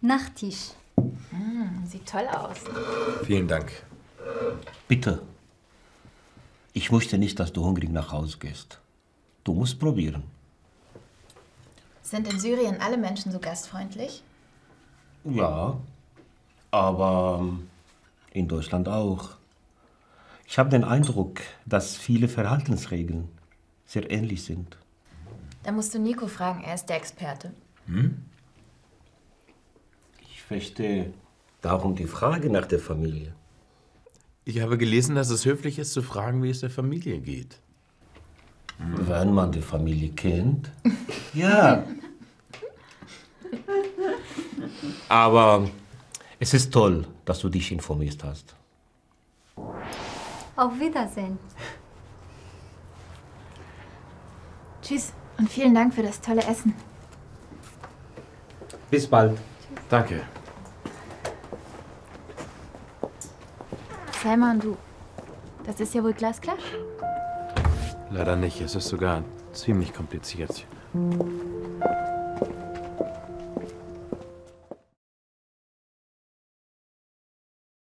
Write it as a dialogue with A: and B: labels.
A: Nachtisch.
B: Sieht toll aus.
C: Vielen Dank.
D: Bitte. Ich wusste nicht, dass du hungrig nach Hause gehst. Du musst probieren.
B: Sind in Syrien alle Menschen so gastfreundlich?
D: Ja, aber ähm, in Deutschland auch. Ich habe den Eindruck, dass viele Verhaltensregeln sehr ähnlich sind.
B: Da musst du Nico fragen, er ist der Experte.
D: Ich verstehe. Darum die Frage nach der Familie.
E: Ich habe gelesen, dass es höflich ist, zu fragen, wie es der Familie geht.
D: Wenn man die Familie kennt. ja. Aber es ist toll, dass du dich informiert hast.
A: Auf Wiedersehen.
B: Tschüss und vielen Dank für das tolle Essen.
D: Bis bald.
E: Danke.
B: Selma und du, das ist ja wohl glasklar.
E: Leider nicht. Es ist sogar ziemlich kompliziert.